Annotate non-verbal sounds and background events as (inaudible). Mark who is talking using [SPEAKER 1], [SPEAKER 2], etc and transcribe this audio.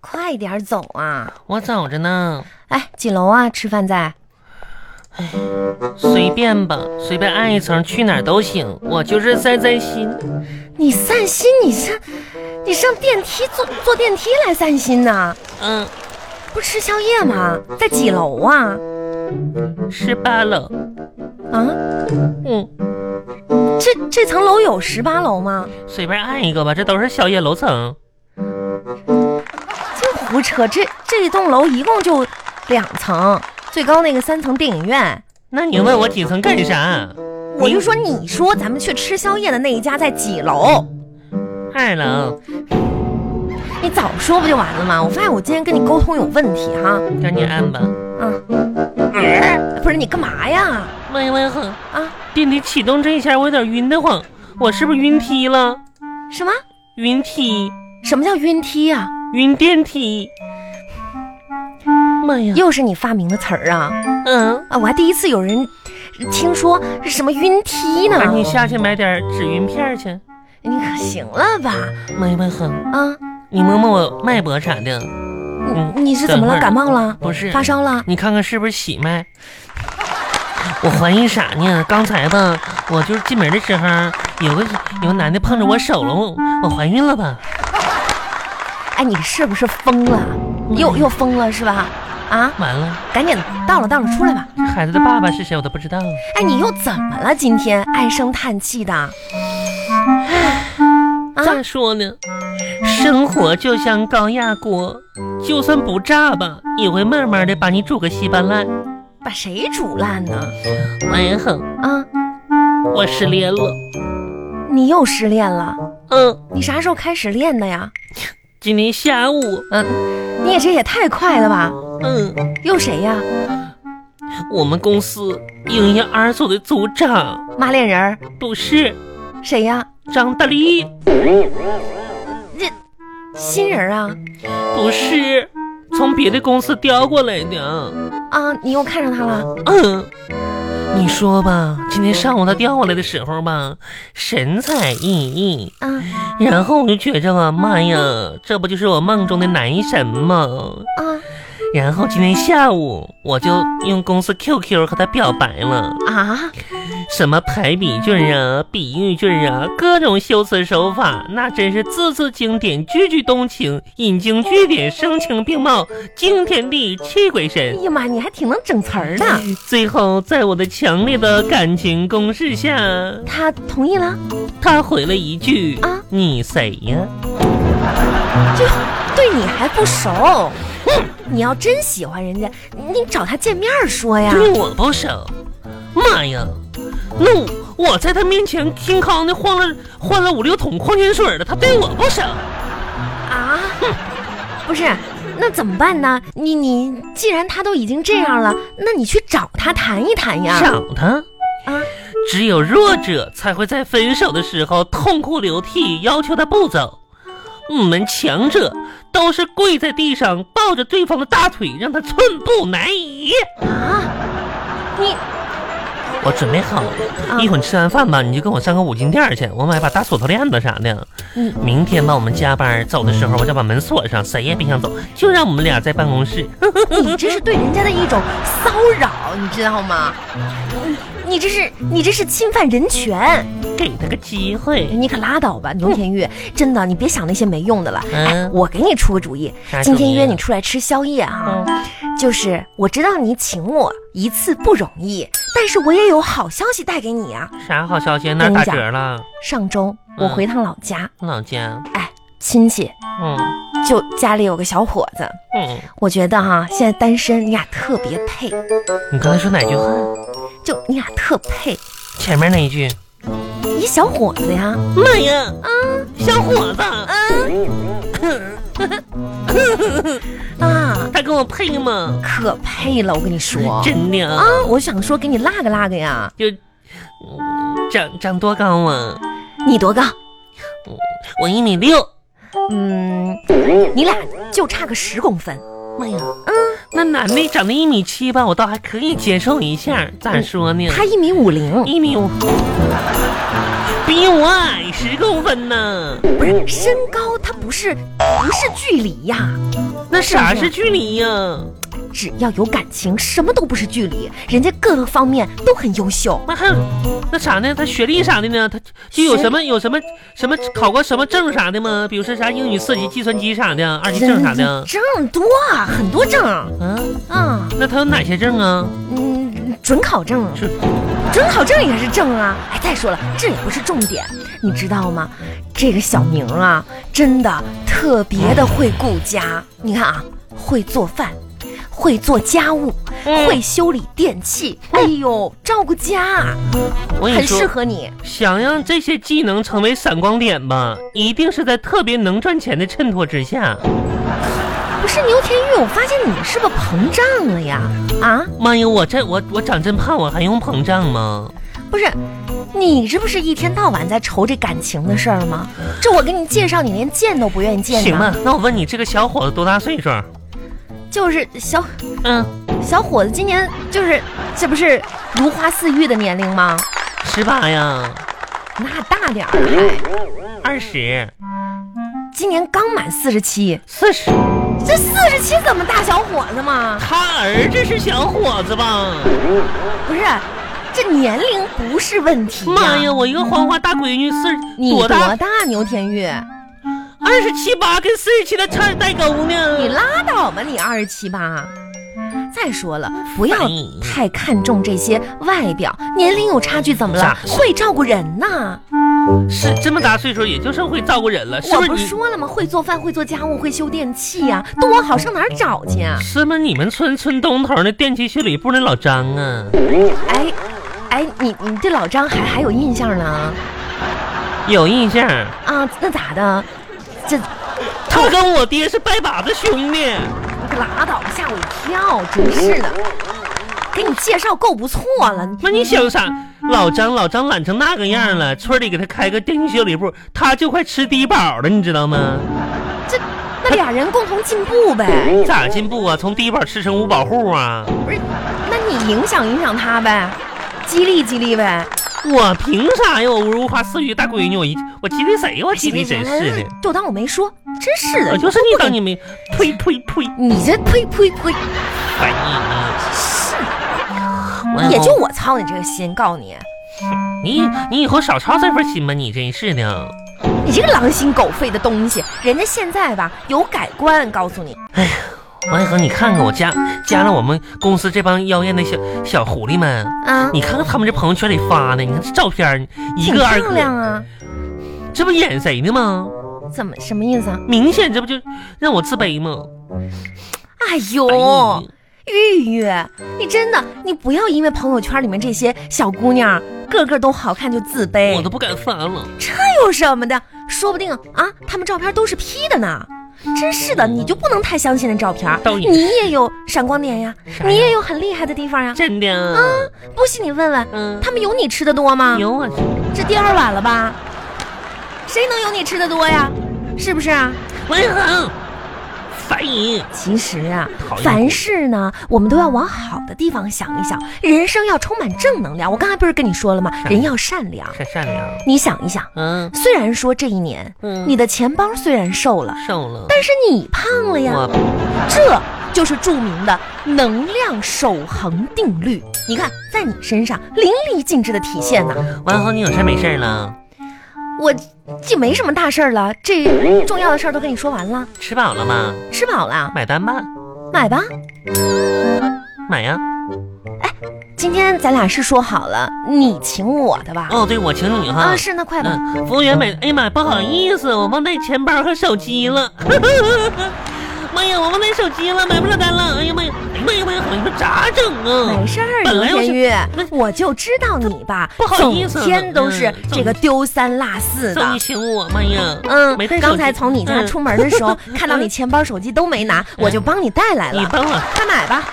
[SPEAKER 1] 快点走啊！
[SPEAKER 2] 我走着呢，
[SPEAKER 1] 哎，几楼啊？吃饭在？
[SPEAKER 2] 随便吧，随便按一层去哪儿都行，我就是散散心。
[SPEAKER 1] 你散心，你上，你上电梯坐坐电梯来散心呢？
[SPEAKER 2] 嗯，
[SPEAKER 1] 不吃宵夜吗？在几楼啊？
[SPEAKER 2] 十八楼，
[SPEAKER 1] 啊，
[SPEAKER 2] 嗯，
[SPEAKER 1] 这这层楼有十八楼吗？
[SPEAKER 2] 随便按一个吧，这都是宵夜楼层。
[SPEAKER 1] 净胡扯！这这一栋楼一共就两层，最高那个三层电影院。
[SPEAKER 2] 那你问我几层干啥？
[SPEAKER 1] 我就
[SPEAKER 2] 你
[SPEAKER 1] 说，你说咱们去吃宵夜的那一家在几楼？
[SPEAKER 2] 二楼，
[SPEAKER 1] 你早说不就完了吗？我发现我今天跟你沟通有问题哈。
[SPEAKER 2] 赶紧按吧。
[SPEAKER 1] 啊，不是你干嘛呀？
[SPEAKER 2] 喂喂哼，
[SPEAKER 1] 啊，
[SPEAKER 2] 电梯启动这一下我有点晕得慌，我是不是晕梯了？
[SPEAKER 1] 什么？
[SPEAKER 2] 晕梯，
[SPEAKER 1] 什么叫晕梯啊？
[SPEAKER 2] 晕电梯。妈呀，
[SPEAKER 1] 又是你发明的词儿啊！
[SPEAKER 2] 嗯，
[SPEAKER 1] 啊，我还第一次有人听说是什么晕梯呢。
[SPEAKER 2] 赶紧下去买点止晕片儿去。
[SPEAKER 1] 你可行了吧？
[SPEAKER 2] 妈呀，喂哼，
[SPEAKER 1] 啊，
[SPEAKER 2] 你摸摸我脉搏啥的。嗯
[SPEAKER 1] 你你是怎么了？感冒了？
[SPEAKER 2] 不是
[SPEAKER 1] 发烧了？
[SPEAKER 2] 你看看是不是喜脉？我怀疑啥呢？刚才吧，我就是进门的时候，有个有个男的碰着我手了，我我怀孕了吧？
[SPEAKER 1] 哎，你是不是疯了？又又疯了是吧？啊，
[SPEAKER 2] 完了，
[SPEAKER 1] 赶紧到了到了，出来吧！
[SPEAKER 2] 这孩子的爸爸是谁我都不知道。
[SPEAKER 1] 哎，你又怎么了？今天唉声叹气的。啊，
[SPEAKER 2] 咋说呢？生活就像高压锅，就算不炸吧，也会慢慢的把你煮个稀巴烂。
[SPEAKER 1] 把谁煮烂呢？
[SPEAKER 2] 哎呀哼，
[SPEAKER 1] 啊，
[SPEAKER 2] 我失恋了。
[SPEAKER 1] 你又失恋了？
[SPEAKER 2] 嗯，
[SPEAKER 1] 你啥时候开始练的呀？
[SPEAKER 2] 今天下午，
[SPEAKER 1] 嗯，你也这也太快了吧？
[SPEAKER 2] 嗯，
[SPEAKER 1] 又谁呀？
[SPEAKER 2] 我们公司营业二组的组长
[SPEAKER 1] 妈恋人儿
[SPEAKER 2] 不是
[SPEAKER 1] 谁呀？
[SPEAKER 2] 张大力。
[SPEAKER 1] 这新人啊？
[SPEAKER 2] 不是，从别的公司调过来的。
[SPEAKER 1] 啊，你又看上他了？
[SPEAKER 2] 嗯，你说吧，今天上午他调过来的时候吧，神采奕奕，
[SPEAKER 1] 啊，
[SPEAKER 2] 然后我就觉着啊，妈呀，这不就是我梦中的男神吗？
[SPEAKER 1] 啊
[SPEAKER 2] 然后今天下午我就用公司 QQ 和他表白了，
[SPEAKER 1] 啊！
[SPEAKER 2] 什么排比句啊、比喻句啊，各种修辞手法，那真是字字经典，句句动情，引经据典，声情并茂，惊天地，泣鬼
[SPEAKER 1] 哎
[SPEAKER 2] 神。
[SPEAKER 1] 呀妈，你还挺能整词儿的。
[SPEAKER 2] 最后，在我的强烈的感情攻势下，
[SPEAKER 1] 他同意了？
[SPEAKER 2] 他回了一句：“
[SPEAKER 1] 啊
[SPEAKER 2] 你谁呀
[SPEAKER 1] 就对你还不熟？你要真喜欢人家，你找他见面儿说？”呀。
[SPEAKER 2] 对我不熟。妈呀，那我我在他面前听康的换了换了五六桶矿泉水了，他对我不熟。
[SPEAKER 1] 啊，不是，那怎么办呢？你你既然他都已经这样了，那你去找他谈一谈呀。
[SPEAKER 2] 找他，
[SPEAKER 1] 啊，
[SPEAKER 2] 只有弱者才会在分手的时候痛哭流涕，要求他不走。我们强者都是跪在地上，抱着对方的大腿，让他寸步难移。
[SPEAKER 1] 啊你
[SPEAKER 2] 我准备好了，
[SPEAKER 1] 啊
[SPEAKER 2] 一会儿吃完饭吧，你就跟我上个五金店儿去，我买把大锁头链子啥的。
[SPEAKER 1] 嗯
[SPEAKER 2] 明天吧，我们加班儿走的时候，我就把门锁上，谁也别想走，就让我们俩在办公室。呃
[SPEAKER 1] 你这是对人家的一种骚扰，你知道吗？你你这是你这是侵犯人权，
[SPEAKER 2] 给他个机会，
[SPEAKER 1] 你可拉倒吧，牛田玉，真的，你别想那些没用的了。哎
[SPEAKER 2] 嗯，
[SPEAKER 1] 我给你出个主意
[SPEAKER 2] 啥，
[SPEAKER 1] 今
[SPEAKER 2] 主
[SPEAKER 1] 天
[SPEAKER 2] 意
[SPEAKER 1] 约
[SPEAKER 2] 啊
[SPEAKER 1] 你出来吃宵夜啊。
[SPEAKER 2] 嗯，
[SPEAKER 1] 就是我知道你请我一次不容易，但是我也有好消息带给你啊。
[SPEAKER 2] 啥好消息？哪儿打折了？
[SPEAKER 1] 上周我
[SPEAKER 2] 嗯
[SPEAKER 1] 回趟老家，
[SPEAKER 2] 老家，
[SPEAKER 1] 哎，亲戚
[SPEAKER 2] 嗯
[SPEAKER 1] 就家里有个小伙子，
[SPEAKER 2] 嗯，
[SPEAKER 1] 我觉得哈、现在单身你俩特别配，
[SPEAKER 2] 你刚才说哪句话？
[SPEAKER 1] 就你俩特配，
[SPEAKER 2] 前面那一句。
[SPEAKER 1] 一小伙子呀，
[SPEAKER 2] 妈呀！嗯啊，小伙子，
[SPEAKER 1] 啊，
[SPEAKER 2] 他跟我配吗？
[SPEAKER 1] 可配了，我跟你说
[SPEAKER 2] 真的
[SPEAKER 1] 啊，我想说给你拉个拉个呀，
[SPEAKER 2] 就嗯长长多高啊？
[SPEAKER 1] 你多高？
[SPEAKER 2] 我一米六。
[SPEAKER 1] 嗯，你俩就差个十公分，
[SPEAKER 2] 妈呀，那男的长得一米七吧，我倒还可以接受一下。
[SPEAKER 1] 嗯
[SPEAKER 2] 咋说呢？
[SPEAKER 1] 他一米五零，
[SPEAKER 2] 一米五，比我矮十公分呢。
[SPEAKER 1] 不是身高，它不是不是距离呀、
[SPEAKER 2] 那啥
[SPEAKER 1] 是不
[SPEAKER 2] 是
[SPEAKER 1] 是
[SPEAKER 2] 距离呀、
[SPEAKER 1] 只要有感情，什么都不是距离。人家各个方面都很优秀，
[SPEAKER 2] 那还有那啥呢？他学历啥的呢？他就有什么有什么什么考过什么证啥的吗？比如说啥英语四级、计算机啥的，二级证啥的。
[SPEAKER 1] 证多很多证
[SPEAKER 2] 啊，
[SPEAKER 1] 啊，
[SPEAKER 2] 那他有哪些证啊？
[SPEAKER 1] 嗯，准考证，
[SPEAKER 2] 是
[SPEAKER 1] 准考证也是证啊。哎，再说了，这也不是重点，你知道吗？这个小明啊，真的特别的会顾家。你看啊，会做饭，会做家务，
[SPEAKER 2] 嗯
[SPEAKER 1] 会修理电器。哎呦，照顾家，啊
[SPEAKER 2] 我跟你
[SPEAKER 1] 很
[SPEAKER 2] 说
[SPEAKER 1] 适，合你。
[SPEAKER 2] 想让这些技能成为闪光点吧，一定是在特别能赚钱的衬托之下。
[SPEAKER 1] 不是牛天玉，我发现你是不是膨胀了呀？啊，
[SPEAKER 2] 妈呀，我这我我长真胖，我还用膨胀吗？
[SPEAKER 1] 不是，你这不是一天到晚在愁这感情的事儿吗？这我给你介绍，你连见都不愿意见呢。
[SPEAKER 2] 行吧，那我问你，这个小伙子多大岁数？
[SPEAKER 1] 就是小
[SPEAKER 2] 嗯，
[SPEAKER 1] 小伙子今年就是这不是如花似玉的年龄吗？
[SPEAKER 2] 十八呀，
[SPEAKER 1] 那大点儿，
[SPEAKER 2] 二十，
[SPEAKER 1] 今年刚满四十七，
[SPEAKER 2] 四十。
[SPEAKER 1] 这四十七怎么大小伙子嘛？
[SPEAKER 2] 他儿子是小伙子吧？
[SPEAKER 1] 不是，这年龄不是问题、
[SPEAKER 2] 妈呀，！我一个黄花大闺女四
[SPEAKER 1] 你多
[SPEAKER 2] 多大？
[SPEAKER 1] 大，牛天玉？
[SPEAKER 2] 二十七八跟四十七的差代沟呢？
[SPEAKER 1] 你拉倒吧，你二十七八。再说了，不要
[SPEAKER 2] 哎
[SPEAKER 1] 太看重这些外表，年龄有差距怎么了
[SPEAKER 2] 啥？
[SPEAKER 1] 会照顾人呐！
[SPEAKER 2] 是这么大岁数，也就剩会照顾人了，是
[SPEAKER 1] 我
[SPEAKER 2] 不是
[SPEAKER 1] 不
[SPEAKER 2] 你？
[SPEAKER 1] 是说了吗？会做饭，会做家务，会修电器呀、多好，上哪儿找去啊？
[SPEAKER 2] 是吗？你们村村东头那电器修理部那老张啊，
[SPEAKER 1] 哎，哎，你你对老张还还有印象呢？
[SPEAKER 2] 有印象，
[SPEAKER 1] 啊，那咋的？这
[SPEAKER 2] 他跟我爹是拜把子兄弟。
[SPEAKER 1] 拉倒吧，吓我一跳，真是的。给你介绍够不错了，你
[SPEAKER 2] 那你想啥？老张，老张懒成那个样了，村里给他开个电器修理部，他就快吃低保了，你知道吗？
[SPEAKER 1] 这那俩人共同进步呗，
[SPEAKER 2] 咋进步啊？从低保吃成五保户啊？
[SPEAKER 1] 不是？那你影响影响他呗，激励激励呗。
[SPEAKER 2] 我凭啥呀？我如花似玉大闺女，我一我激励谁呀？我激励真是的，
[SPEAKER 1] 就当我没说，真是的。
[SPEAKER 2] 我就是
[SPEAKER 1] 不
[SPEAKER 2] 你
[SPEAKER 1] 给
[SPEAKER 2] 当你没，呸呸呸！
[SPEAKER 1] 你这呸呸呸！
[SPEAKER 2] 烦你！我
[SPEAKER 1] 也就我操你这个心，告诉你，
[SPEAKER 2] 你你以后少操这份心吧，你真是的。
[SPEAKER 1] 你这个狼心狗肺的东西，人家现在吧有改观，告诉你，
[SPEAKER 2] 王一恒，你看看我加加了我们公司这帮妖艳的小小狐狸们，
[SPEAKER 1] 啊，
[SPEAKER 2] 你看看他们这朋友圈里发的，你看这照片，一
[SPEAKER 1] 挺
[SPEAKER 2] 个二
[SPEAKER 1] 漂亮
[SPEAKER 2] 个，
[SPEAKER 1] 啊，
[SPEAKER 2] 这不演谁呢吗？
[SPEAKER 1] 怎么什么意思啊？
[SPEAKER 2] 明显这不就让我自卑吗？
[SPEAKER 1] 哎呦，
[SPEAKER 2] 哎
[SPEAKER 1] 玉玉，你真的，你不要因为朋友圈里面这些小姑娘个个都好看就自卑
[SPEAKER 2] 哎我，都不敢发了。
[SPEAKER 1] 这有什么的？说不定啊，她们照片都是 P 的呢。真是的，你就不能太相信那照片
[SPEAKER 2] 倒，也是
[SPEAKER 1] 你也有闪光点呀，
[SPEAKER 2] 啥呀
[SPEAKER 1] 你也有很厉害的地方呀。
[SPEAKER 2] 真的啊，
[SPEAKER 1] 不信你问问，
[SPEAKER 2] 嗯，
[SPEAKER 1] 他们有你吃的多吗？
[SPEAKER 2] 有啊，
[SPEAKER 1] 这第二碗了吧？谁能有你吃的多呀？是不是啊？
[SPEAKER 2] 王一恒，烦你。
[SPEAKER 1] 其实啊
[SPEAKER 2] 讨，厌
[SPEAKER 1] 凡事呢，我们都要往好的地方想一想，人生要充满正能量。我刚才不是跟你说了吗？
[SPEAKER 2] 呀
[SPEAKER 1] 人要善良。
[SPEAKER 2] 善善
[SPEAKER 1] (laughs)
[SPEAKER 2] 良，
[SPEAKER 1] 你想一想，
[SPEAKER 2] 嗯
[SPEAKER 1] 虽然说这一年
[SPEAKER 2] 嗯，
[SPEAKER 1] 你的钱包虽然瘦了，
[SPEAKER 2] 瘦了，
[SPEAKER 1] 但是你胖了呀，
[SPEAKER 2] 我
[SPEAKER 1] 这就是著名的能量守恒定律。你看，在你身上淋漓尽致的体现呢。
[SPEAKER 2] 王恒，你有事没事了？
[SPEAKER 1] 我这没什么大事儿了，这重要的事儿都跟你说完了，
[SPEAKER 2] 吃饱了吗？
[SPEAKER 1] 吃饱了
[SPEAKER 2] 买单吧，
[SPEAKER 1] 买吧。
[SPEAKER 2] 买呀！
[SPEAKER 1] 今天咱俩是说好了，你请我的吧？
[SPEAKER 2] 哦，对，我请你哈
[SPEAKER 1] 啊，。是那快吧。
[SPEAKER 2] 嗯，服务员买，哎呀妈，不好意思，我忘带钱包和手机了。 (laughs) 妈呀，我忘带手机了，买不了单了。哎呀妈呀，妈呀妈呀，你说咋整啊
[SPEAKER 1] 没？事儿，
[SPEAKER 2] 本
[SPEAKER 1] 刘
[SPEAKER 2] 来我是
[SPEAKER 1] 天玉
[SPEAKER 2] 那，
[SPEAKER 1] 我就知道你吧，
[SPEAKER 2] 不好意思
[SPEAKER 1] 整天都是
[SPEAKER 2] 嗯
[SPEAKER 1] 这个丢三落四
[SPEAKER 2] 这
[SPEAKER 1] 的
[SPEAKER 2] 你。请我，妈呀，
[SPEAKER 1] 嗯
[SPEAKER 2] 没带，手机
[SPEAKER 1] 刚才从你家
[SPEAKER 2] 嗯 (laughs)
[SPEAKER 1] 出门的时候，看到你钱包、手机都没拿，我就帮你带来
[SPEAKER 2] 你
[SPEAKER 1] 了。
[SPEAKER 2] 帮我，
[SPEAKER 1] 快买吧，